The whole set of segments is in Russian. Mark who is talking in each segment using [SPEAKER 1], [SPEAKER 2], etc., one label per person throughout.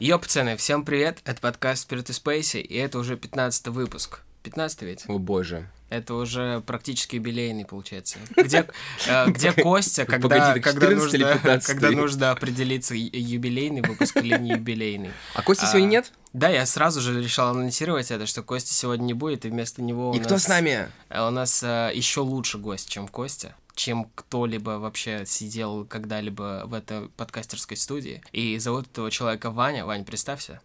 [SPEAKER 1] Йо, пацаны, всем привет, это подкаст Спирит и Спейси, и это уже 15 выпуск. 15 ведь?
[SPEAKER 2] О боже.
[SPEAKER 1] Это уже практически юбилейный, получается. Где, э, где Костя, когда,
[SPEAKER 2] Погоди, так
[SPEAKER 1] когда,
[SPEAKER 2] 14 или
[SPEAKER 1] нужно,
[SPEAKER 2] 15?
[SPEAKER 1] когда нужно определиться, ю- юбилейный выпуск или не юбилейный.
[SPEAKER 2] А Кости
[SPEAKER 1] А,
[SPEAKER 2] сегодня нет?
[SPEAKER 1] Да, я сразу же решил анонсировать это, что Костя сегодня не будет, и вместо него у
[SPEAKER 2] И кто
[SPEAKER 1] нас-
[SPEAKER 2] с нами?
[SPEAKER 1] э, У нас еще лучше гость, чем Костя чем кто-либо вообще сидел когда-либо в этой подкастерской студии. И зовут этого человека Ваня. Вань, представься.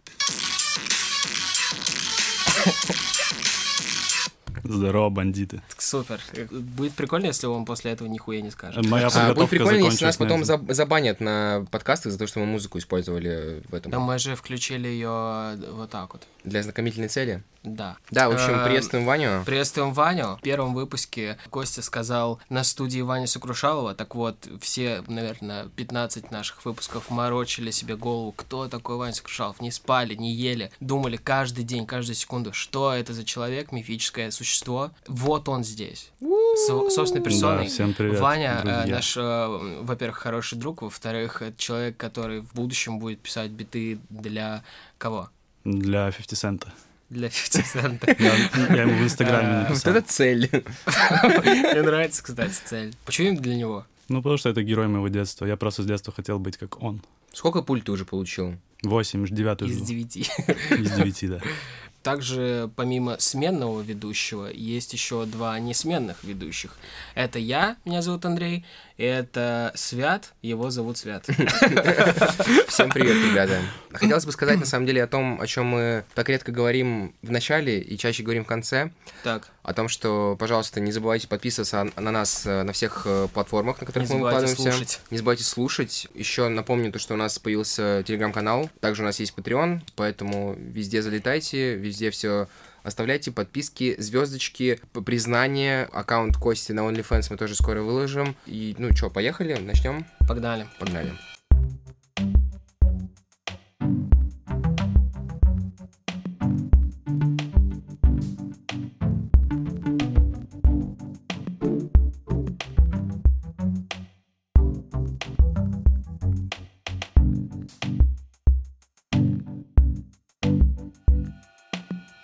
[SPEAKER 3] Здорово, бандиты.
[SPEAKER 1] Так, Супер. Будет прикольно, если он после этого нихуя не скажет.
[SPEAKER 3] Моя
[SPEAKER 2] А, будет
[SPEAKER 3] подготовка
[SPEAKER 2] прикольно, если
[SPEAKER 3] закончилась
[SPEAKER 2] нас
[SPEAKER 3] на
[SPEAKER 2] потом
[SPEAKER 3] этом.
[SPEAKER 2] заб- забанят на подкастах за то, что мы музыку использовали в этом
[SPEAKER 1] Да, мы же включили ее вот так вот.
[SPEAKER 2] для ознакомительной цели.
[SPEAKER 1] Да.
[SPEAKER 2] Да, в общем,
[SPEAKER 1] Эм,
[SPEAKER 2] приветствуем Ваню.
[SPEAKER 1] Приветствуем Ваню. В первом выпуске Костя сказал на студии Ваня Сокрушалова. Так вот, все, наверное, 15 наших выпусков морочили себе голову, кто такой Ваня Сокрушалов. Не спали, не ели, думали каждый день, каждую секунду, что это за человек, мифическое существо. Вот он здесь. С собственной персоной.
[SPEAKER 3] Да, всем привет,
[SPEAKER 1] Ваня, э,
[SPEAKER 3] друзья.
[SPEAKER 1] наш, э, м, во-первых, хороший друг, во-вторых, это человек, который в будущем будет писать биты для кого?
[SPEAKER 3] Для 50 цента.
[SPEAKER 1] Для 50 Cent.
[SPEAKER 3] Я, я ему в Инстаграме
[SPEAKER 2] А, Вот
[SPEAKER 3] написал.
[SPEAKER 2] это цель.
[SPEAKER 1] Мне нравится, кстати, цель. Почему именно для него?
[SPEAKER 3] Ну, потому что это герой моего детства. Я просто с детства хотел быть как он.
[SPEAKER 2] Сколько пуль ты уже получил?
[SPEAKER 3] Восемь, девятую
[SPEAKER 1] Из
[SPEAKER 3] жду.
[SPEAKER 1] девяти.
[SPEAKER 3] Из девяти, да.
[SPEAKER 1] Также помимо сменного ведущего есть еще два несменных ведущих. Это я, меня зовут Андрей, и это Свят, его зовут Свят.
[SPEAKER 2] Всем привет, ребята. А Хотелось бы сказать, на самом деле, о том, о чем мы так редко говорим в начале и чаще говорим в конце.
[SPEAKER 1] Так,
[SPEAKER 2] О том, что, пожалуйста, не забывайте подписываться на- на нас э, на всех э, платформах, на которых
[SPEAKER 1] Не
[SPEAKER 2] мы
[SPEAKER 1] забывайте
[SPEAKER 2] выкладываемся.
[SPEAKER 1] слушать.
[SPEAKER 2] Не забывайте слушать. Еще напомню то, что у нас появился телеграм-канал. Также у нас есть Patreon, поэтому везде залетайте, везде все оставляйте. Подписки, звездочки, п- признание. Аккаунт Кости на OnlyFans мы тоже скоро выложим. И, ну что, поехали, начнем.
[SPEAKER 1] погнали.
[SPEAKER 2] Погнали.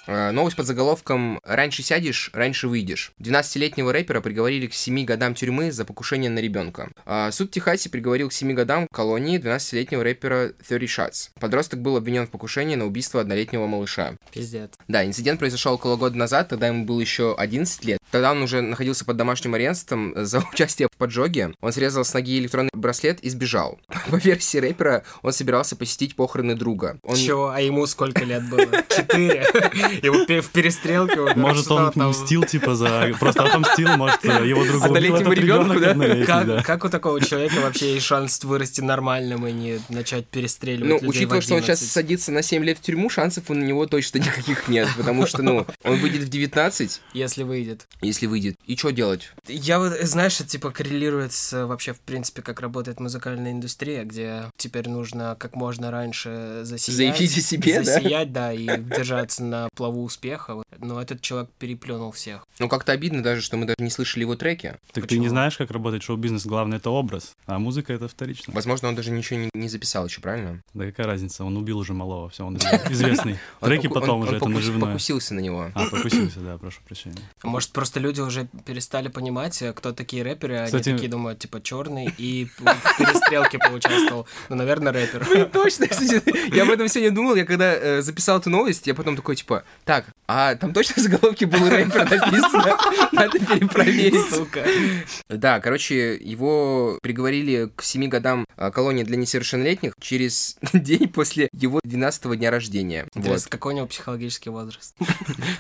[SPEAKER 2] Э, Новость под заголовком «Раньше сядешь, раньше выйдешь». 12-летнего рэпера приговорили к 7 годам тюрьмы за покушение на ребенка. А, Суд в Техасе приговорил к 7 годам колонии 12-летнего рэпера 30 Shots. Подросток был обвинен в покушении на убийство однолетнего малыша.
[SPEAKER 1] Пиздец.
[SPEAKER 2] Да, инцидент произошел около года назад, тогда ему было еще 11 лет. Тогда он уже находился под домашним арестом за участие в поджоге. Он срезал с ноги электронный браслет и сбежал. По версии рэпера, он собирался посетить похороны друга. Он...
[SPEAKER 1] Чего? А ему сколько лет было? Четыре. Его пе- в перестрелке. вот
[SPEAKER 3] Может,
[SPEAKER 1] что
[SPEAKER 3] он
[SPEAKER 1] там.
[SPEAKER 3] мстил, типа, за... Просто отомстил, может, э, его другого убил
[SPEAKER 2] Однолетнему
[SPEAKER 3] этот
[SPEAKER 2] ребенку,
[SPEAKER 3] ребенок
[SPEAKER 2] да?
[SPEAKER 3] однолетний, да.
[SPEAKER 1] Как, как у такого человека вообще есть шанс вырасти нормальным и не начать перестреливать
[SPEAKER 2] Ну,
[SPEAKER 1] людей в
[SPEAKER 2] учитывая, что он сейчас
[SPEAKER 1] 11?
[SPEAKER 2] садится на 7 лет в тюрьму, шансов на него точно никаких нет, потому что, ну, он выйдет в 19,
[SPEAKER 1] Если выйдет.
[SPEAKER 2] если выйет. И что делать?
[SPEAKER 1] Я вот, э, знаешь, это типа коррелирует с э, вообще, в принципе, как работает музыкальная индустрия, где теперь нужно как можно раньше засиять.
[SPEAKER 2] Заявить о себе, да?
[SPEAKER 1] засиять, да? и держаться на плаву успеха. Вот. Но этот человек переплюнул всех.
[SPEAKER 2] Ну, как-то обидно даже, что мы даже не слышали его треки.
[SPEAKER 3] Так ты
[SPEAKER 1] Почему?
[SPEAKER 3] не знаешь, как работает шоу-бизнес, главное — это образ, а музыка — это вторично.
[SPEAKER 2] Возможно, он даже ничего не, не записал еще, правильно?
[SPEAKER 3] Да какая разница, он убил уже малого, все, он известный.
[SPEAKER 2] Он
[SPEAKER 3] Треки
[SPEAKER 2] поку-
[SPEAKER 3] потом
[SPEAKER 2] он-
[SPEAKER 3] уже,
[SPEAKER 2] он
[SPEAKER 3] это
[SPEAKER 2] покус-
[SPEAKER 3] наживное.
[SPEAKER 2] покусился на него.
[SPEAKER 3] А, покусился, да, прошу прощения.
[SPEAKER 1] А Может, просто люди уже перестали понимать, э, кто такие рэперы, а
[SPEAKER 3] Кстати-
[SPEAKER 1] они такие думают, типа, черный и в перестрелке поучаствовал. Ну, наверное, рэпер.
[SPEAKER 2] Точно, кстати, я об этом сегодня думал, я когда э, записал эту новость, я потом такой, типа, так, а там точно в заголовке был рэпер написано? Надо перепроверить.
[SPEAKER 1] Сука.
[SPEAKER 2] Да, короче, его приговорили к 7 годам а, колонии для несовершеннолетних через день после его 12 дня рождения.
[SPEAKER 1] Интересно,
[SPEAKER 2] Вот.
[SPEAKER 1] какой у него психологический возраст?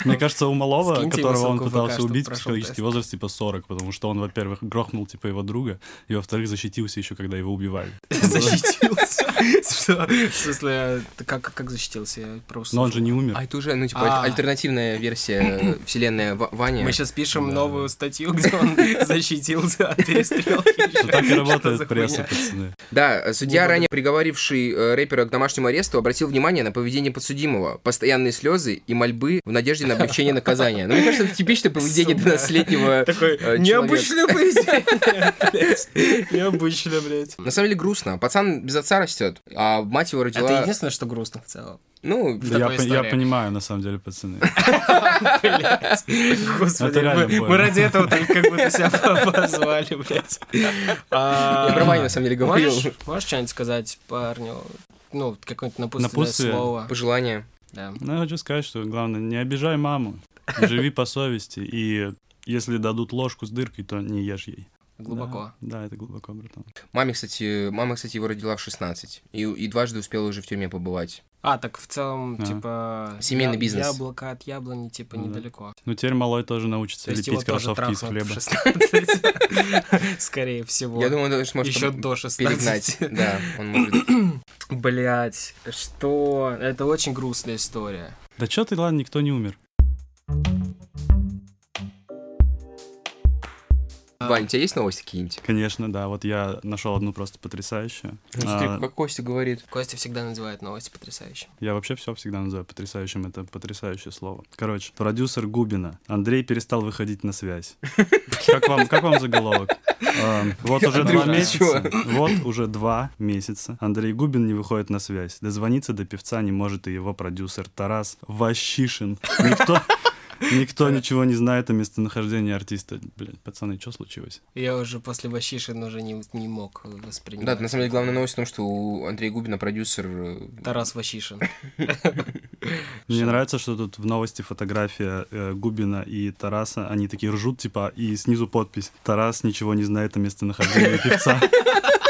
[SPEAKER 3] Мне кажется, у малого,
[SPEAKER 1] Скиньте его
[SPEAKER 3] которого он
[SPEAKER 1] ссылку в ВК,
[SPEAKER 3] пытался
[SPEAKER 1] чтоб
[SPEAKER 3] убить,
[SPEAKER 1] прошел
[SPEAKER 3] психологический
[SPEAKER 1] тест.
[SPEAKER 3] возраст типа 40, потому что он, во-первых, грохнул типа его друга, и во-вторых, защитился еще, когда его убивали.
[SPEAKER 1] Защитился. Что? В смысле, ты как как защитился? Я просто...
[SPEAKER 3] Но он же не умер.
[SPEAKER 2] А это уже, ну, типа,
[SPEAKER 1] А.
[SPEAKER 2] аль- альтернативная версия э, вселенная Ва- Вани.
[SPEAKER 1] Мы сейчас пишем
[SPEAKER 3] Да.
[SPEAKER 1] новую статью, где он защитился от перестрелки.
[SPEAKER 3] Ну, так и
[SPEAKER 1] за
[SPEAKER 3] работает
[SPEAKER 1] хуйня?
[SPEAKER 3] пресса, пацаны.
[SPEAKER 2] Да, э, судья,
[SPEAKER 1] Не буду.
[SPEAKER 2] ранее приговоривший э, рэпера к домашнему аресту, обратил внимание на поведение подсудимого, постоянные слезы и мольбы в надежде на облегчение наказания. Ну, мне кажется, это типичное поведение поведение э, 12-летнего
[SPEAKER 1] Такой,
[SPEAKER 2] А, человек.
[SPEAKER 1] необычное поведение, блядь. Необычное, блядь.
[SPEAKER 2] На самом деле грустно. Пацан без отца растет, а мать его родила...
[SPEAKER 1] Это единственное, что грустно в целом.
[SPEAKER 2] Ну,
[SPEAKER 3] Да я,
[SPEAKER 1] такой
[SPEAKER 3] по- я
[SPEAKER 1] истории.
[SPEAKER 3] понимаю, на самом деле, пацаны.
[SPEAKER 1] Господи,
[SPEAKER 3] Это реально
[SPEAKER 1] мы,
[SPEAKER 3] больно.
[SPEAKER 1] мы ради этого так как будто себя позвали, блядь. А,
[SPEAKER 2] я про Ваню на самом деле говорил.
[SPEAKER 1] Можешь, можешь что-нибудь сказать парню? Ну, какое-нибудь напутственное
[SPEAKER 3] Напутствие?
[SPEAKER 1] слово.
[SPEAKER 2] Пожелания.
[SPEAKER 1] Да.
[SPEAKER 3] Ну, я хочу сказать, что главное, не обижай маму, живи по совести, и если дадут ложку с дыркой, то не ешь ей.
[SPEAKER 1] Глубоко.
[SPEAKER 3] Да, да, это глубоко, братан.
[SPEAKER 2] Маме, кстати, мама, кстати, его родила в 16. И, и дважды успела уже в тюрьме побывать.
[SPEAKER 1] А, так в целом,
[SPEAKER 3] Ага.
[SPEAKER 1] типа...
[SPEAKER 2] Семейный
[SPEAKER 1] я-
[SPEAKER 2] бизнес.
[SPEAKER 1] Яблоко от яблони, типа,
[SPEAKER 3] Ну да.
[SPEAKER 1] недалеко.
[SPEAKER 3] Ну, теперь малой тоже научится
[SPEAKER 1] То есть его
[SPEAKER 3] лепить
[SPEAKER 1] тоже
[SPEAKER 3] кроссовки из
[SPEAKER 1] трахнут в
[SPEAKER 3] хлеба.
[SPEAKER 1] 16. Скорее всего.
[SPEAKER 2] Я думаю, он сможет
[SPEAKER 1] Еще
[SPEAKER 2] там
[SPEAKER 1] до 16.
[SPEAKER 2] перегнать. Да, он может.
[SPEAKER 1] Блять, что? Это очень грустная история.
[SPEAKER 3] Да чё ты, ладно, никто не умер.
[SPEAKER 2] Вань, у тебя есть новости какие-нибудь?
[SPEAKER 3] Конечно, да, вот я нашел одну просто потрясающую.
[SPEAKER 2] Смотри,
[SPEAKER 3] А,
[SPEAKER 2] как Костя говорит.
[SPEAKER 1] Костя всегда называет новости потрясающими.
[SPEAKER 3] Я вообще все всегда называю потрясающим, это потрясающее слово. Короче, продюсер Губина. Андрей перестал выходить на связь. Как вам, как вам заголовок? Эм, Вот уже
[SPEAKER 2] Андрюш,
[SPEAKER 3] два
[SPEAKER 2] ты
[SPEAKER 3] месяца. Вот уже два месяца. Андрей Губин не выходит на связь. Дозвониться до певца не может и его продюсер Тарас Ващишин. Никто... Никто ничего не знает о местонахождении артиста. Блин, пацаны, что случилось?
[SPEAKER 1] Я уже после Ващишина уже не, не мог воспринимать.
[SPEAKER 2] Да, на самом деле главная новость в том, что у Андрея Губина продюсер... э,
[SPEAKER 1] Тарас Ващишин.
[SPEAKER 3] Мне нравится, что тут в новости фотография э, Губина и Тараса. Они такие ржут, типа, и снизу подпись. Тарас ничего не знает о местонахождении певца.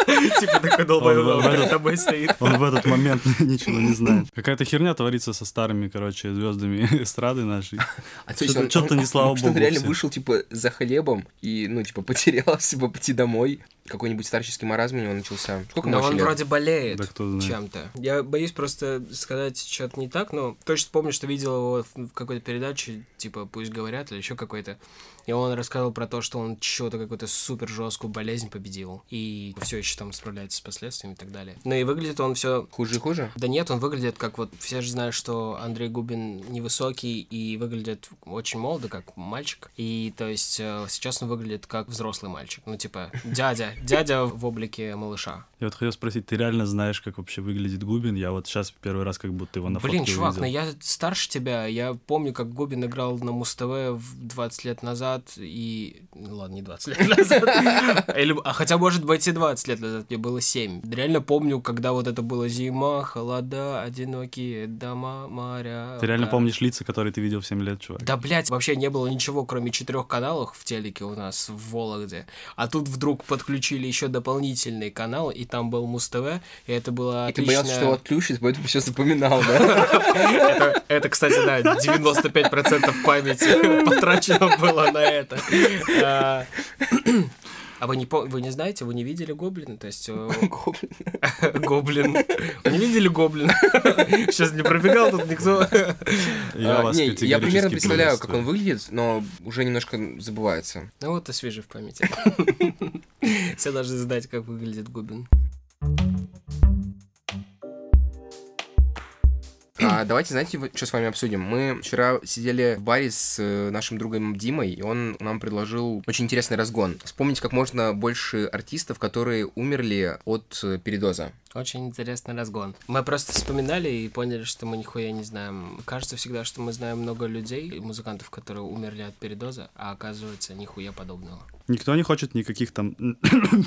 [SPEAKER 1] Типа такой
[SPEAKER 3] долбоёб, Он в этот-
[SPEAKER 1] тобой стоит.
[SPEAKER 3] Он в этот момент ничего не знает. Какая-то херня творится со старыми, короче, звездами эстрады нашей.
[SPEAKER 2] А то есть
[SPEAKER 3] Что-то-
[SPEAKER 2] он-
[SPEAKER 3] что-то не
[SPEAKER 2] он-
[SPEAKER 3] слава
[SPEAKER 2] что он
[SPEAKER 3] богу
[SPEAKER 2] реально
[SPEAKER 3] всем.
[SPEAKER 2] вышел, типа, за хлебом и, ну, типа, потерялся, типа, пойти домой. Какой-нибудь старческий маразм у него начался. Сколько
[SPEAKER 1] Но
[SPEAKER 2] ему вообще
[SPEAKER 1] он
[SPEAKER 2] лет?
[SPEAKER 1] вроде болеет
[SPEAKER 3] Да кто знает.
[SPEAKER 1] чем-то. Я боюсь просто сказать что-то не так, но точно помню, что видел его в- в какой-то передаче, типа «Пусть говорят» или еще какой-то. И он рассказывал про то, что он что-то какую-то супер жесткую болезнь победил. И все еще там справляется с последствиями и так далее. Но и выглядит он все
[SPEAKER 2] Хуже и хуже?
[SPEAKER 1] Да нет, он выглядит как вот все же знают, что Андрей Губин невысокий и выглядит очень молодо, как мальчик. И то есть э, сейчас он выглядит как взрослый мальчик. Ну, типа, дядя, дядя в облике малыша.
[SPEAKER 3] Я вот хотел спросить, ты реально знаешь, как вообще выглядит Губин? Я вот сейчас первый раз как будто его на
[SPEAKER 1] Блин,
[SPEAKER 3] фотке
[SPEAKER 1] чувак,
[SPEAKER 3] увидел.
[SPEAKER 1] но я старше тебя. Я помню, как Губин играл на Муз-ТВ в 20 лет назад и... Ну, ладно, не 20 лет назад. Или- А хотя, может быть, и 20 лет назад. Мне было 7. Реально помню, когда вот это было зима, холода, одинокие дома, моря. а,
[SPEAKER 3] Ты реально
[SPEAKER 1] Да.
[SPEAKER 3] помнишь лица, которые ты видел в 7 лет, чувак?
[SPEAKER 1] Да, блядь, вообще не было ничего, кроме четырех каналов в телеке у нас в Вологде. А тут вдруг подключили еще дополнительный канал, и там был Муз-ТВ, и это было
[SPEAKER 2] И ты
[SPEAKER 1] отличное...
[SPEAKER 2] боялся, что его отключит, поэтому все запоминал, да?
[SPEAKER 1] это, это, кстати, да, 95% памяти потрачено было на это. А а вы не, пом- вы не знаете, вы не видели Гоблина? То есть э,
[SPEAKER 2] Гоблин.
[SPEAKER 1] Гоблин. Вы не видели Гоблина? Сейчас не пробегал тут никто.
[SPEAKER 3] Я
[SPEAKER 2] А,
[SPEAKER 3] вас
[SPEAKER 2] не, Я
[SPEAKER 3] категорически
[SPEAKER 2] примерно представляю, как он
[SPEAKER 3] приветствую.
[SPEAKER 2] выглядит, но уже немножко забывается.
[SPEAKER 1] Ну вот и свежий в памяти. Все должны знать, как выглядит Губин.
[SPEAKER 2] А, давайте, знаете, вот что с вами обсудим? Мы вчера сидели в баре с э, нашим другом Димой, и он нам предложил очень интересный разгон. Вспомнить как можно больше артистов, которые умерли от э, передоза.
[SPEAKER 1] Очень интересный разгон. Мы просто вспоминали и поняли, что мы нихуя не знаем. Кажется всегда, что мы знаем много людей, и музыкантов, которые умерли от передоза, а оказывается, нихуя подобного.
[SPEAKER 3] Никто не хочет никаких там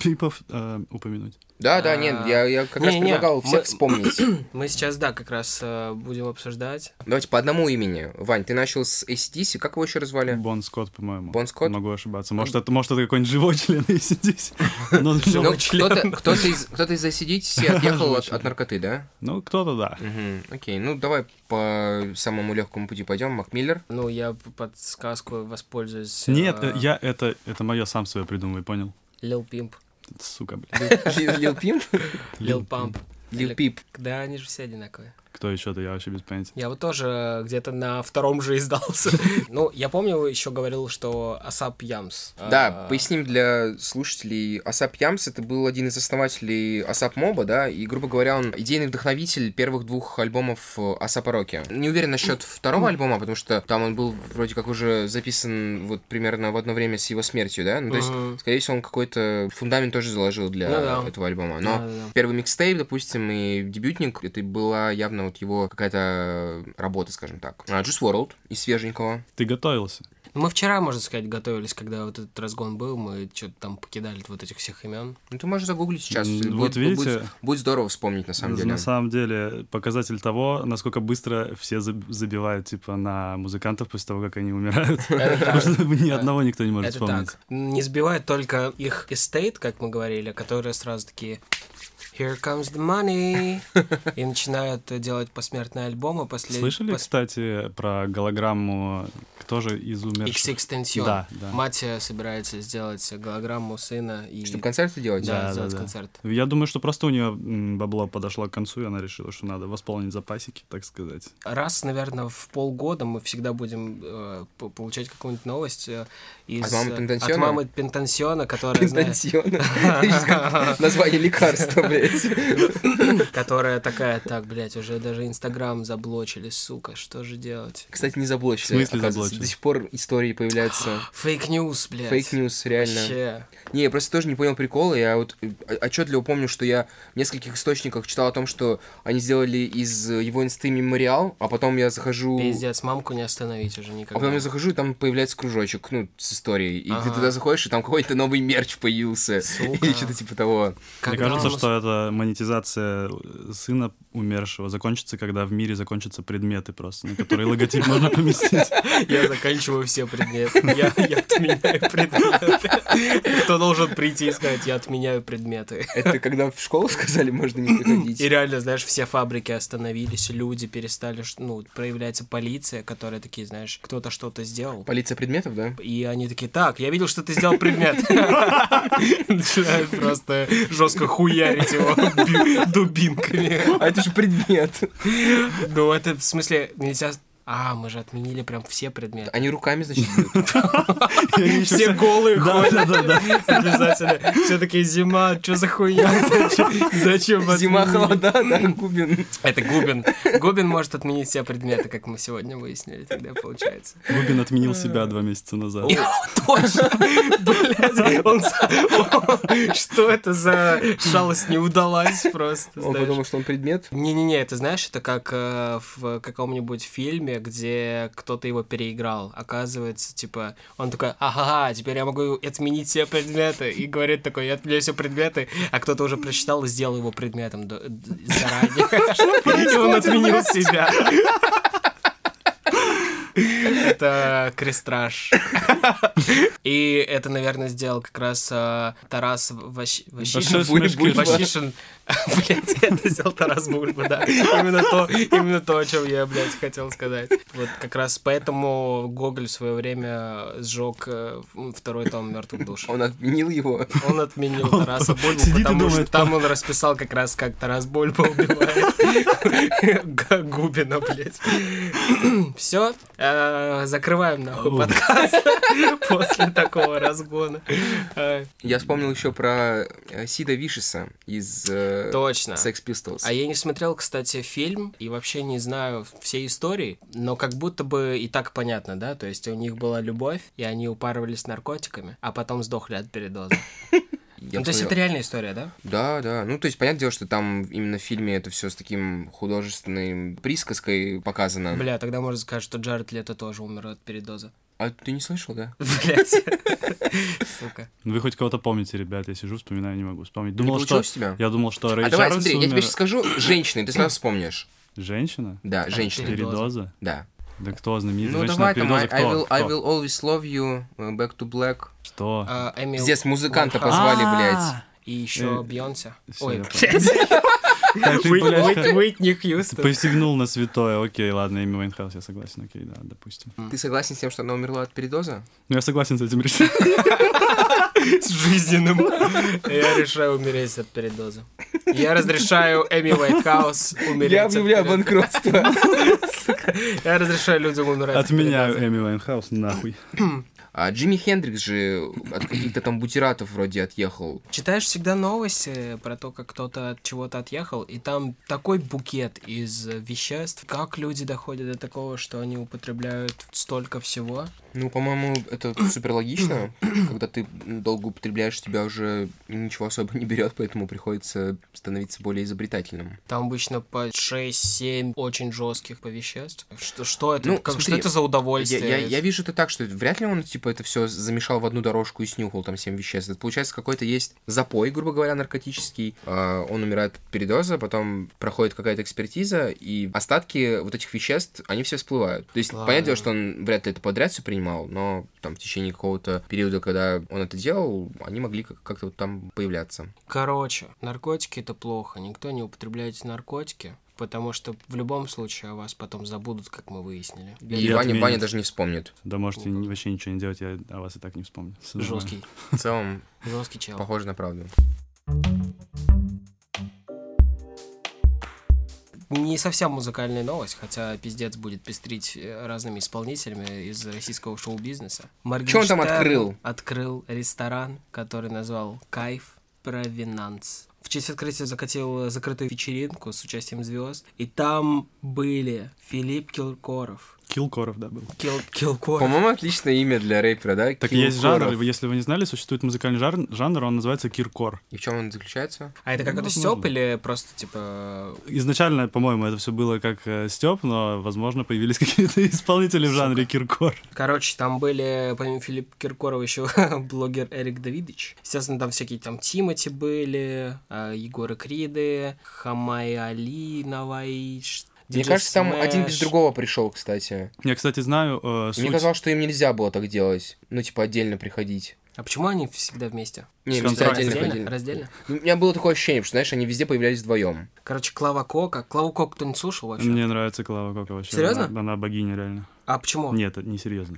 [SPEAKER 3] пипов э, упомянуть.
[SPEAKER 2] Да, да, нет, я,
[SPEAKER 3] А,
[SPEAKER 2] я как раз
[SPEAKER 1] Не-не,
[SPEAKER 2] предлагал
[SPEAKER 1] мы-
[SPEAKER 2] всех вспомнить.
[SPEAKER 1] Мы сейчас, да, как раз э, будем обсуждать.
[SPEAKER 2] Давайте по одному имени. Вань, ты начал с ACDC, как его еще развали?
[SPEAKER 3] Бон Скотт, по-моему.
[SPEAKER 2] Бон Скотт?
[SPEAKER 3] Могу ошибаться. Может, это, может, это какой-нибудь живой член и сидеть. Но-
[SPEAKER 2] Ну,
[SPEAKER 3] но-
[SPEAKER 2] кто-то, кто-то из, кто-то из ACDC отъехал от, от наркоты, да?
[SPEAKER 3] Ну, кто-то да.
[SPEAKER 2] Мгм, окей, ну давай по самому легкому пути пойдем. Мак Миллер.
[SPEAKER 1] Ну, я п- подсказку воспользуюсь. э,
[SPEAKER 3] Нет, э, я это, это мое сам свое придумываю, понял?
[SPEAKER 1] Лил Пимп,
[SPEAKER 3] Сука, блядь.
[SPEAKER 2] Лил Пимп?
[SPEAKER 1] Лил Памп.
[SPEAKER 2] Лил Пип.
[SPEAKER 1] Да, они же все одинаковые.
[SPEAKER 3] Кто еще-то, я вообще без понятия.
[SPEAKER 1] Я вот тоже э, где-то на втором же издался. Ну, я помню, еще говорил, что Асап Ямс.
[SPEAKER 2] Да,
[SPEAKER 1] а,
[SPEAKER 2] поясним для слушателей. Асап Ямс — это был один из основателей Асап Моба, да, и, грубо говоря, он идейный вдохновитель первых двух альбомов э, Асапа Роки. Не уверен насчет второго альбома, потому что там он был вроде как уже записан вот примерно в одно время с его смертью, да? Ну, то есть,
[SPEAKER 1] Мгм.
[SPEAKER 2] скорее всего, он какой-то фундамент тоже заложил для
[SPEAKER 1] Ну да.
[SPEAKER 2] этого альбома. Но
[SPEAKER 1] да-да-да.
[SPEAKER 2] первый микстейп, допустим, и дебютник, это была явно вот его какая-то э, работа, скажем так. А, Juice World из свеженького.
[SPEAKER 3] Ты готовился?
[SPEAKER 1] Ну, Мы вчера, можно сказать, готовились, когда вот этот разгон был, мы что-то там покидали вот этих всех имен.
[SPEAKER 2] Ну, ты можешь загуглить сейчас.
[SPEAKER 3] М,
[SPEAKER 2] Будет-
[SPEAKER 3] вот
[SPEAKER 2] будет,
[SPEAKER 3] видите?
[SPEAKER 2] будет здорово вспомнить, на самом деле.
[SPEAKER 3] На самом деле, показатель того, насколько быстро все заб- забивают, типа, на музыкантов после того, как они умирают. Потому что ни одного никто не может
[SPEAKER 1] Это
[SPEAKER 3] вспомнить.
[SPEAKER 1] так. Не сбивает только их эстейт, как мы говорили, которые сразу такие Here comes the money. И начинают э, делать посмертные альбомы. После...
[SPEAKER 3] Слышали, кстати, про голограмму, кто же из
[SPEAKER 1] X
[SPEAKER 3] умерших? Да, да.
[SPEAKER 1] Мать э, собирается сделать голограмму сына и
[SPEAKER 2] Чтобы концерты делать?
[SPEAKER 1] да,
[SPEAKER 3] Да,
[SPEAKER 1] сделать
[SPEAKER 3] да, да.
[SPEAKER 1] концерт.
[SPEAKER 3] Я думаю, что просто у нее м, бабло подошло к концу, и она решила, что надо восполнить запасики, так сказать.
[SPEAKER 1] Раз, наверное, в полгода мы всегда будем э, по- получать какую-нибудь новость э, из,
[SPEAKER 2] От мамы
[SPEAKER 1] э,
[SPEAKER 2] Пентансиона?
[SPEAKER 1] от мамы Пентансиона, которая, знаешь,
[SPEAKER 2] Пентансиона. Название лекарства, блядь.
[SPEAKER 1] которая такая, так, блядь, уже даже Инстаграм заблочили, сука, что же делать?
[SPEAKER 2] Кстати, не заблочили.
[SPEAKER 3] В смысле
[SPEAKER 2] оказывается.
[SPEAKER 3] заблочили?
[SPEAKER 2] До сих пор истории появляются.
[SPEAKER 1] Фейк-ньюс, блядь.
[SPEAKER 2] Фейк-ньюс, реально.
[SPEAKER 1] Вообще.
[SPEAKER 2] Не, я просто тоже не понял прикола. Я вот э, отчетливо помню, что я в нескольких источниках читал о том, что они сделали из э, его инсты мемориал, а потом я захожу...
[SPEAKER 1] Пиздец, мамку не остановить уже
[SPEAKER 2] А
[SPEAKER 1] никогда.
[SPEAKER 2] потом я захожу, и там появляется кружочек, ну, с историей. И ты
[SPEAKER 1] Ага.
[SPEAKER 2] туда заходишь, и там какой-то новый мерч появился.
[SPEAKER 1] Сука.
[SPEAKER 2] Или что-то типа того.
[SPEAKER 1] Когда
[SPEAKER 3] Мне кажется,
[SPEAKER 1] он-
[SPEAKER 3] что эта монетизация э, сына умершего закончится, когда в мире закончатся предметы просто, на которые логотип можно поместить.
[SPEAKER 1] Я заканчиваю все предметы. Я, я отменяю предметы. Кто должен прийти и сказать, я отменяю предметы.
[SPEAKER 2] Это когда в школу сказали, можно не приходить.
[SPEAKER 1] И реально, знаешь, все фабрики остановились, люди перестали, ш- ну, проявляется полиция, которая такие, знаешь, кто-то что-то сделал.
[SPEAKER 2] Полиция предметов, да?
[SPEAKER 1] И они такие, так, я видел, что ты сделал предмет. Начинают просто жестко хуярить его бю- дубинками.
[SPEAKER 2] А это же предмет.
[SPEAKER 1] Ну, это в смысле нельзя... А, мы же отменили прям все предметы.
[SPEAKER 2] Они руками, значит, бьют.
[SPEAKER 3] И они ещё
[SPEAKER 1] Все голые
[SPEAKER 3] Да,
[SPEAKER 1] ходят.
[SPEAKER 3] да, да, да.
[SPEAKER 1] Обязательно. Все-таки зима, что за хуйня? Зачем- Зачем вас
[SPEAKER 2] Зима,
[SPEAKER 1] отменили?
[SPEAKER 2] холода, да, Губин.
[SPEAKER 1] Это Губин. Губин может отменить все предметы, как мы сегодня выяснили, тогда получается.
[SPEAKER 3] Губин отменил себя два месяца назад.
[SPEAKER 1] Точно! Блядь, он... с- Что это за шалость не удалась просто,
[SPEAKER 2] Он
[SPEAKER 1] знаешь.
[SPEAKER 2] подумал, что он предмет.
[SPEAKER 1] Не-не-не, это знаешь, это как э, в каком-нибудь фильме, где кто-то его переиграл. Оказывается, типа, он такой, ага, теперь я могу отменить все предметы. И говорит такой, я отменяю все предметы, а кто-то уже прочитал и сделал его предметом до- д- заранее. И он отменил себя. Это крестраж. И это, наверное, сделал как раз э, Тарас Ващ- Ващишин.
[SPEAKER 3] Ващишин, Бульба.
[SPEAKER 1] Ващишин. Блять, это сделал Тарас Бульба, да. Именно то, именно то, о чем я, блядь, хотел сказать. Вот как раз поэтому Гоголь в свое время сжег э, второй том мертвых душ.
[SPEAKER 2] Он отменил его.
[SPEAKER 1] Он отменил Тараса Бульбу,
[SPEAKER 3] сидит и
[SPEAKER 1] потому
[SPEAKER 3] думает,
[SPEAKER 1] что там он расписал как раз, как Тарас Бульба убивает Г- Губина, блядь. Все, закрываем нахуй
[SPEAKER 3] Ой.
[SPEAKER 1] подкаст после такого разгона. Э,
[SPEAKER 2] Я вспомнил еще про э, Сида Вишеса из э,
[SPEAKER 1] Точно.
[SPEAKER 2] Sex Pistols.
[SPEAKER 1] А я не смотрел, кстати, фильм и вообще не знаю всей истории, но как будто бы и так понятно, да? То есть у них была любовь, и они упарывались наркотиками, а потом сдохли от передоза.
[SPEAKER 2] Я
[SPEAKER 1] Ну, то есть
[SPEAKER 2] посмотрел.
[SPEAKER 1] это реальная история, да?
[SPEAKER 2] Да, да. Ну, то есть, понятное дело, что там именно в фильме это все с таким художественной присказкой показано.
[SPEAKER 1] Бля, тогда можно сказать, что Джаред Лето тоже умер от передоза.
[SPEAKER 2] А ты не слышал, да?
[SPEAKER 1] Блять. Сука.
[SPEAKER 3] Ну, Вы хоть кого-то помните, ребят? Я сижу, вспоминаю, не могу вспомнить.
[SPEAKER 2] Не
[SPEAKER 3] Думал, что...
[SPEAKER 2] получилось у тебя?
[SPEAKER 3] Я думал, что Рэй
[SPEAKER 2] А давай,
[SPEAKER 3] Чарльз
[SPEAKER 2] смотри, я тебе
[SPEAKER 3] умер.
[SPEAKER 2] сейчас скажу женщины, ты сразу вспомнишь.
[SPEAKER 3] Женщина?
[SPEAKER 2] Да, женщины.
[SPEAKER 1] перед-
[SPEAKER 3] Передоза?
[SPEAKER 2] Да.
[SPEAKER 3] Да кто знаменитый?
[SPEAKER 2] Ну
[SPEAKER 3] Женщина
[SPEAKER 2] давай там,
[SPEAKER 3] передоза
[SPEAKER 2] I, I
[SPEAKER 3] кто?
[SPEAKER 2] will, I
[SPEAKER 3] Кто?
[SPEAKER 2] will always love you, э, Back to Black.
[SPEAKER 3] Что?
[SPEAKER 1] А, Эми
[SPEAKER 2] Здесь музыканта
[SPEAKER 1] Уайнхаус.
[SPEAKER 2] позвали, блядь.
[SPEAKER 3] А,
[SPEAKER 1] И еще
[SPEAKER 3] Э,
[SPEAKER 1] Бьонсе.
[SPEAKER 3] всё,
[SPEAKER 1] Ой,
[SPEAKER 3] я
[SPEAKER 1] блядь.
[SPEAKER 3] так ты,
[SPEAKER 1] Уит-
[SPEAKER 3] блядь,
[SPEAKER 1] Уит- Уитни Хьюстон.
[SPEAKER 3] Ты посягнул на святое, окей, ладно, Эми Уайнхаус, я согласен, окей, да, допустим.
[SPEAKER 1] А.
[SPEAKER 2] Ты согласен с тем, что она умерла от передоза?
[SPEAKER 3] Ну, я согласен с этим решением.
[SPEAKER 1] с жизненным. Я решаю умереть от передоза. Я разрешаю Эми Вайтхаус умереть
[SPEAKER 2] Я
[SPEAKER 1] от
[SPEAKER 2] объявляю
[SPEAKER 1] передоза.
[SPEAKER 2] банкротство.
[SPEAKER 1] Я разрешаю людям умирать от
[SPEAKER 3] Отменяю
[SPEAKER 1] передоза.
[SPEAKER 3] Эми Вайнхаус нахуй.
[SPEAKER 2] А Джимми Хендрикс же от каких-то там бутератов вроде отъехал.
[SPEAKER 1] Читаешь всегда новости про то, как кто-то от чего-то отъехал, и там такой букет из э, веществ. Как люди доходят до такого, что они употребляют столько всего?
[SPEAKER 2] Ну, по-моему, это супер логично. Когда ты долго употребляешь, тебя уже ничего особо не берет, поэтому приходится становиться более изобретательным.
[SPEAKER 1] Там обычно по 6-7 очень жестких по веществ. Что, что это?
[SPEAKER 2] Ну,
[SPEAKER 1] как, что
[SPEAKER 2] смотри,
[SPEAKER 1] это за
[SPEAKER 2] Я,
[SPEAKER 1] удовольствие?
[SPEAKER 2] я- я вижу это так, что вряд ли он, типа, это все замешал в одну дорожку и снюхал там семь веществ. Это получается какой-то есть запой, грубо говоря, наркотический. А, Он умирает от передоза, потом проходит какая-то экспертиза, и остатки вот этих веществ, они все всплывают. То есть,
[SPEAKER 1] Ладно.
[SPEAKER 2] понятно, что он вряд ли это подряд все принимал, но там в течение какого-то периода, когда он это делал, они могли как- как-то вот там появляться.
[SPEAKER 1] Короче, наркотики это плохо. Никто не употребляйте наркотики, потому что в любом случае о вас потом забудут, как мы выяснили.
[SPEAKER 2] И
[SPEAKER 3] И
[SPEAKER 2] Ваня,
[SPEAKER 3] отменят.
[SPEAKER 2] Ваня даже не вспомнит.
[SPEAKER 3] Да можете ни- вообще ничего не делать, я о вас и так не вспомню. Всё нормально.
[SPEAKER 1] Жесткий,
[SPEAKER 2] В целом,
[SPEAKER 1] жесткий чел.
[SPEAKER 2] похоже на правду.
[SPEAKER 1] Не совсем музыкальная новость, хотя пиздец будет пестрить э, разными исполнителями из российского шоу-бизнеса.
[SPEAKER 2] Чё он там
[SPEAKER 1] Моргенштерн
[SPEAKER 2] открыл?
[SPEAKER 1] Открыл ресторан, который назвал «Кайф Провинанс». В честь открытия закатил э, закрытую вечеринку с участием звезд, и там были Филипп Килкоров.
[SPEAKER 3] Килкоров, да, был.
[SPEAKER 1] Кил- Килкоров.
[SPEAKER 2] По-моему, отличное имя для рэпера, да?
[SPEAKER 3] Так
[SPEAKER 2] Килл
[SPEAKER 3] есть жанр,
[SPEAKER 2] Коров.
[SPEAKER 3] если вы не знали, существует музыкальный жанр, жанр он называется киркор.
[SPEAKER 2] И в чем он заключается?
[SPEAKER 1] А это какой-то
[SPEAKER 3] Возможно.
[SPEAKER 1] стёб или просто типа...
[SPEAKER 3] Изначально, по-моему, это все было как степ, но, возможно, появились какие-то исполнители в жанре киркор.
[SPEAKER 1] Короче, там были, помимо Филиппа Киркорова, еще блогер Эрик Давидович. Естественно, там всякие там Тимати были, а, Егоры Криды, Хамай Али, Наваи, ш-
[SPEAKER 2] Мне
[SPEAKER 1] DJ
[SPEAKER 2] кажется, там
[SPEAKER 1] Smash.
[SPEAKER 2] один без другого пришел, кстати.
[SPEAKER 3] Я, кстати, знаю э, суть.
[SPEAKER 2] Мне казалось, что им нельзя было так делать. Ну, типа, отдельно приходить.
[SPEAKER 1] А почему они всегда вместе?
[SPEAKER 2] Не,
[SPEAKER 3] С
[SPEAKER 2] везде
[SPEAKER 3] контрактом.
[SPEAKER 2] отдельно ходили.
[SPEAKER 1] Раздельно? Раздельно?
[SPEAKER 2] Ну, У меня было такое ощущение, что, знаешь, они везде появлялись вдвоем.
[SPEAKER 1] Короче, Клава Кока. Клаву Коку кто не слушал вообще?
[SPEAKER 3] Мне нравится Клава Кока вообще.
[SPEAKER 1] Серьезно?
[SPEAKER 3] Она, она богиня, реально.
[SPEAKER 1] А почему?
[SPEAKER 3] Нет, это не серьезно.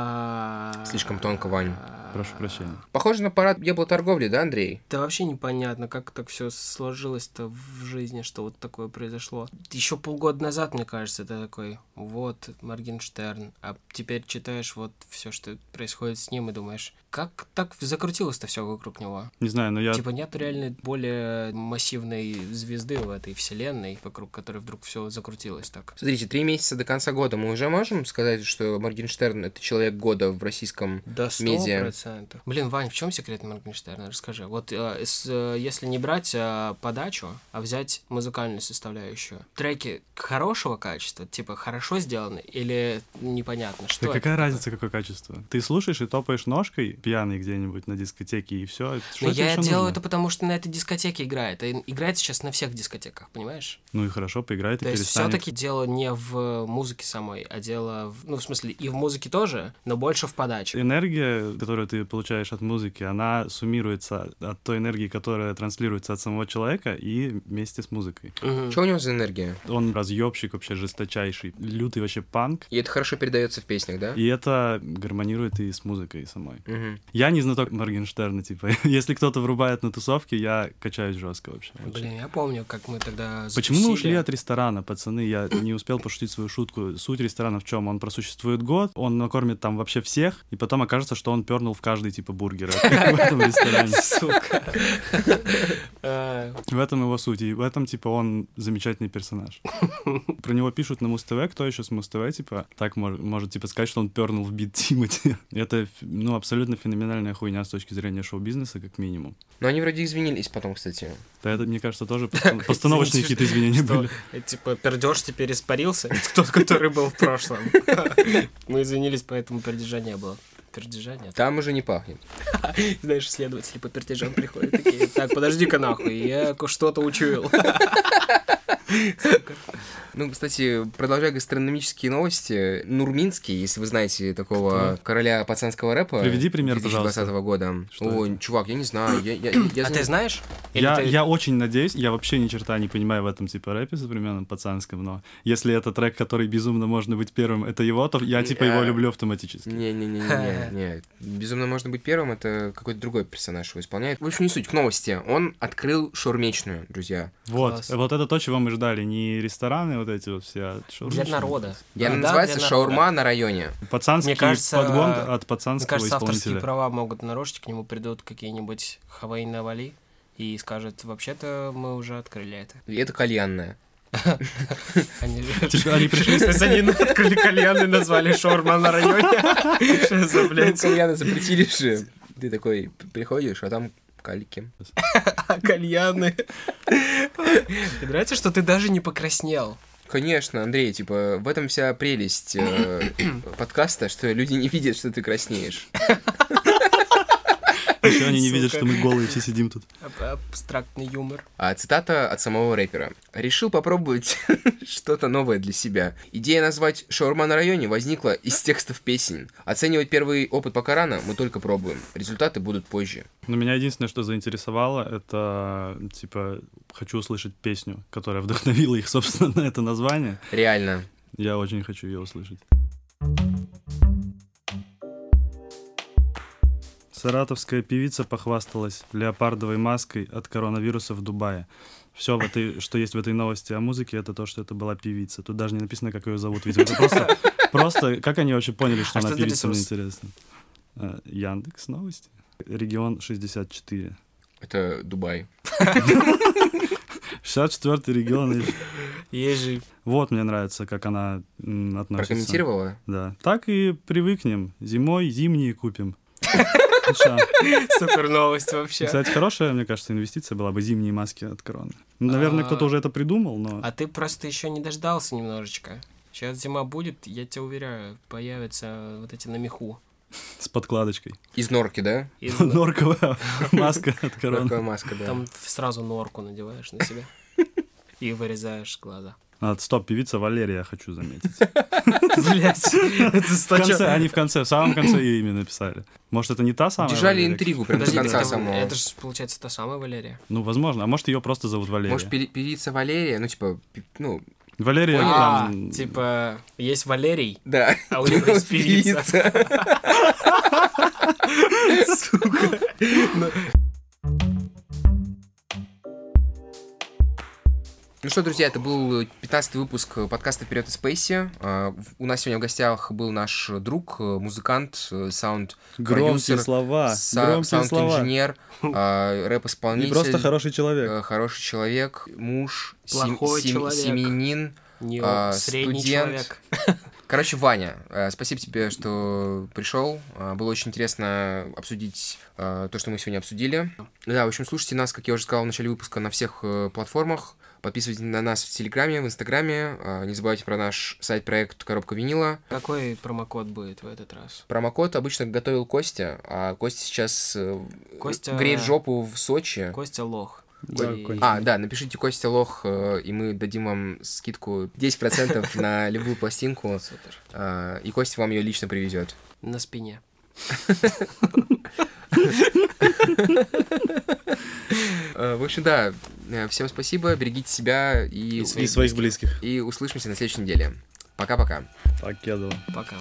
[SPEAKER 1] А,
[SPEAKER 2] Слишком тонко, Вань.
[SPEAKER 3] Прошу прощения.
[SPEAKER 2] Похоже на парад торговли, да, Андрей?
[SPEAKER 1] Да вообще непонятно, как так все сложилось-то в жизни, что вот такое произошло. Еще полгода назад, мне кажется, это такой, вот, Моргенштерн, а теперь читаешь вот все, что происходит с ним, и думаешь, как так закрутилось-то все вокруг него?
[SPEAKER 3] Не знаю, но я...
[SPEAKER 1] Типа нет реально более массивной звезды в этой вселенной, вокруг которой вдруг все закрутилось так.
[SPEAKER 2] Смотрите, три месяца до конца года мы уже можем сказать, что Моргенштерн — это человек года в российском...
[SPEAKER 1] Да, сто
[SPEAKER 2] Медиа.
[SPEAKER 1] процентов. Блин, Вань, в чем секрет Моргенштерна? Расскажи. Вот э, с- э, если не брать э, подачу, а взять музыкальную составляющую, треки хорошего качества, типа хорошо сделаны или непонятно, что
[SPEAKER 3] Да
[SPEAKER 1] это?
[SPEAKER 3] какая разница, какое качество? Ты слушаешь и топаешь ножкой, пьяный где-нибудь на дискотеке, и все.
[SPEAKER 1] Но Ну, я делаю это потому, что на этой дискотеке играет. И играет сейчас на всех дискотеках, понимаешь?
[SPEAKER 3] Ну и хорошо, поиграет и
[SPEAKER 1] То есть
[SPEAKER 3] перестанет.
[SPEAKER 1] все-таки дело не в музыке самой, а дело, в, ну в смысле и в музыке тоже, но больше в подаче.
[SPEAKER 3] Энергия, которую ты получаешь от музыки, она суммируется от той энергии, которая транслируется от самого человека и вместе с музыкой.
[SPEAKER 1] Мгм.
[SPEAKER 2] Что у него за энергия?
[SPEAKER 3] Он разъебщик вообще жесточайший, лютый вообще панк.
[SPEAKER 2] И это хорошо передается в песнях, да?
[SPEAKER 3] И это гармонирует и с музыкой самой.
[SPEAKER 2] Мгм.
[SPEAKER 3] Я не знаток Моргенштерна, типа. Если кто-то врубает на тусовке, я качаюсь жестко вообще. очень.
[SPEAKER 1] Блин, я помню, как мы тогда
[SPEAKER 3] Почему ну, мы ушли
[SPEAKER 1] затусили.
[SPEAKER 3] от ресторана, пацаны? Я не успел пошутить свою шутку. Суть ресторана в чем? Он просуществует год, он накормит там вообще всех, и потом окажется, что он пернул в каждый типа бургера в этом ресторане.
[SPEAKER 1] Сука. Э,
[SPEAKER 3] В этом его суть, и в этом, типа, он замечательный персонаж. Про него пишут на Муз-ТВ, кто еще с Муз-ТВ, типа, так мож- может, типа, сказать, что он пернул в бит Тимати. Это, ф- ну, абсолютно феноменальная хуйня с точки зрения шоу-бизнеса, как минимум.
[SPEAKER 2] Но они вроде извинились потом, кстати.
[SPEAKER 3] Да это, мне кажется, тоже постан- постановочные
[SPEAKER 1] извините,
[SPEAKER 3] какие-то изменения
[SPEAKER 1] что,
[SPEAKER 3] были.
[SPEAKER 1] э, Типа, пердеж теперь испарился. Это тот, который был в прошлом. Мы извинились, поэтому пердежа не было. Пердежа нет.
[SPEAKER 2] Там уже не пахнет.
[SPEAKER 1] Знаешь, следователи по пердежам приходят А такие, так, подожди-ка нахуй, я ко- что-то учуял.
[SPEAKER 2] Ну, кстати, продолжая гастрономические новости, Нурминский, если вы знаете такого короля пацанского рэпа...
[SPEAKER 3] Приведи пример,
[SPEAKER 2] 2020
[SPEAKER 3] пожалуйста.
[SPEAKER 2] года.
[SPEAKER 3] Что
[SPEAKER 2] О, чувак, я не знаю. Я, я- я
[SPEAKER 1] А
[SPEAKER 2] знаю-
[SPEAKER 1] ты знаешь? Или
[SPEAKER 3] Я,
[SPEAKER 1] ты-
[SPEAKER 3] я очень надеюсь, я вообще ни черта не понимаю в этом типа рэпе современном пацанском, но если это трек, который безумно можно быть первым, это его, то я типа его
[SPEAKER 2] Э,
[SPEAKER 3] люблю автоматически.
[SPEAKER 2] Не-не-не-не, не. безумно можно быть первым, это какой-то другой персонаж его исполняет. В общем, не суть, к новости. Он открыл шаурмечную, друзья.
[SPEAKER 3] Вот,
[SPEAKER 1] класс.
[SPEAKER 3] вот это то, чего мы ждали, не рестораны вот эти вот все, а
[SPEAKER 1] Для
[SPEAKER 3] шаурмичные.
[SPEAKER 1] народа.
[SPEAKER 2] Я
[SPEAKER 1] А, Да,
[SPEAKER 2] называется
[SPEAKER 1] для народа.
[SPEAKER 2] «Шаурма на районе».
[SPEAKER 3] Пацанский
[SPEAKER 1] Мне кажется,
[SPEAKER 3] подгон
[SPEAKER 1] э,
[SPEAKER 3] от
[SPEAKER 1] Мне
[SPEAKER 3] пацанского
[SPEAKER 1] кажется, авторские
[SPEAKER 3] исполнителя.
[SPEAKER 1] права могут нарушить, к нему придут какие-нибудь Хаваи Навали и скажут, вообще-то мы уже открыли это.
[SPEAKER 2] И это кальянная.
[SPEAKER 1] Они же...
[SPEAKER 3] Типа, они пришли с-
[SPEAKER 1] Они открыли кальян и назвали шаурма на районе. Что за,
[SPEAKER 2] Блин,
[SPEAKER 1] блядь,
[SPEAKER 2] Ну, кальяны запретили же. Ты такой приходишь, а там калики.
[SPEAKER 1] А кальяны? Тебе нравится, что ты даже не покраснел?
[SPEAKER 2] Конечно, Андрей, типа, в этом вся прелесть э, подкаста, что люди не видят, что ты краснеешь.
[SPEAKER 3] Еще они не
[SPEAKER 1] Сука.
[SPEAKER 3] видят, что мы голые все сидим тут.
[SPEAKER 1] Аб- Абстрактный юмор.
[SPEAKER 2] А цитата от самого рэпера. «Решил попробовать что-то новое для себя. Идея назвать «Шаурма на районе» возникла из текстов песен. Оценивать первый опыт пока рано, мы только пробуем. Результаты будут позже».
[SPEAKER 3] Но меня единственное, что заинтересовало, это, типа, хочу услышать песню, которая вдохновила их, собственно, на это название.
[SPEAKER 2] Реально.
[SPEAKER 3] Я очень хочу ее услышать. Саратовская певица похвасталась леопардовой маской от коронавируса в Дубае. Все, в этой, что есть в этой новости о музыке, это то, что это была певица. Тут даже не написано, как ее зовут. Видимо, это просто, просто как они вообще поняли, что
[SPEAKER 1] А
[SPEAKER 3] она
[SPEAKER 1] что за
[SPEAKER 3] певица, мне
[SPEAKER 1] ресурс?
[SPEAKER 3] интересно. Э, Яндекс новости. Регион 64.
[SPEAKER 2] Это Дубай.
[SPEAKER 3] 64 регион.
[SPEAKER 1] Ежи.
[SPEAKER 3] Вот мне нравится, как она м, относится.
[SPEAKER 2] Прокомментировала?
[SPEAKER 3] Да. Так и привыкнем. Зимой зимние купим. Ну чё,
[SPEAKER 1] Супер новость вообще.
[SPEAKER 3] Кстати, хорошая, мне кажется, инвестиция была бы зимние маски от короны. Ну, Наверное,
[SPEAKER 1] А.
[SPEAKER 3] кто-то уже это придумал, но...
[SPEAKER 1] А ты просто еще не дождался немножечко. Сейчас зима будет, я тебя уверяю, появятся вот эти на меху.
[SPEAKER 3] С подкладочкой.
[SPEAKER 2] Из норки, да?
[SPEAKER 1] Из-
[SPEAKER 3] Норковая маска от
[SPEAKER 2] Норковая
[SPEAKER 3] короны.
[SPEAKER 2] маска, да.
[SPEAKER 1] Там сразу норку надеваешь на себя и вырезаешь глаза.
[SPEAKER 3] А, Стоп, певица Валерия, я хочу заметить.
[SPEAKER 1] Блять, это
[SPEAKER 3] В конце, они в конце, в самом конце ее имя написали. Может, это не та самая
[SPEAKER 2] Держали
[SPEAKER 3] Валерия?
[SPEAKER 2] интригу прям до
[SPEAKER 1] Подождите,
[SPEAKER 2] конца
[SPEAKER 1] это,
[SPEAKER 2] самого.
[SPEAKER 1] это же получается та самая Валерия.
[SPEAKER 3] Ну, возможно. А может, ее просто зовут Валерия.
[SPEAKER 2] Может, пе- певица Валерия, ну, типа, пи- ну,
[SPEAKER 3] Валерия
[SPEAKER 1] А,
[SPEAKER 3] там...
[SPEAKER 1] типа, есть Валерий,
[SPEAKER 2] да.
[SPEAKER 1] а у него есть певица. Сука.
[SPEAKER 2] Ну что, друзья, это был 15 выпуск подкаста «Вперед из Спейси». А, в- У нас сегодня в гостях был наш друг, э, музыкант, э, саунд...
[SPEAKER 3] Громкие
[SPEAKER 2] продюсер,
[SPEAKER 3] слова.
[SPEAKER 2] са-
[SPEAKER 3] А, Громкие слова.
[SPEAKER 2] саунд-инженер, а,
[SPEAKER 3] Не
[SPEAKER 2] рэп-исполнитель.
[SPEAKER 3] просто хороший человек.
[SPEAKER 2] э, хороший человек, муж, сем-
[SPEAKER 1] Плохой
[SPEAKER 2] сем-
[SPEAKER 1] человек.
[SPEAKER 2] семьянин.
[SPEAKER 1] Не,
[SPEAKER 2] А,
[SPEAKER 1] средний
[SPEAKER 2] студент.
[SPEAKER 1] человек.
[SPEAKER 2] Короче, Ваня, э, спасибо тебе, что пришел. Э, Было очень интересно обсудить э, то, что мы сегодня обсудили. Да, в общем, слушайте нас, как я уже сказал в начале выпуска, на всех э, платформах. Подписывайтесь на нас в Телеграме, в Инстаграме. Э, Не забывайте про наш сайт-проект «Коробка винила».
[SPEAKER 1] Какой промокод будет в этот раз?
[SPEAKER 2] Промокод обычно готовил Костя, а Костя сейчас э,
[SPEAKER 1] Костя-
[SPEAKER 2] греет жопу в Сочи.
[SPEAKER 1] Костя Лох.
[SPEAKER 3] Да,
[SPEAKER 1] И-
[SPEAKER 3] Костя.
[SPEAKER 2] А, да, напишите Костя Лох, э, и мы дадим вам скидку 10% на любую пластинку,
[SPEAKER 1] Супер.
[SPEAKER 2] э, и Костя вам ее лично привезет.
[SPEAKER 1] На спине.
[SPEAKER 2] Э, В общем, да, э, всем спасибо, берегите себя и,
[SPEAKER 3] И своих близких.
[SPEAKER 2] и услышимся на следующей неделе. Пока-пока.
[SPEAKER 3] Так, я думаю.
[SPEAKER 1] Пока.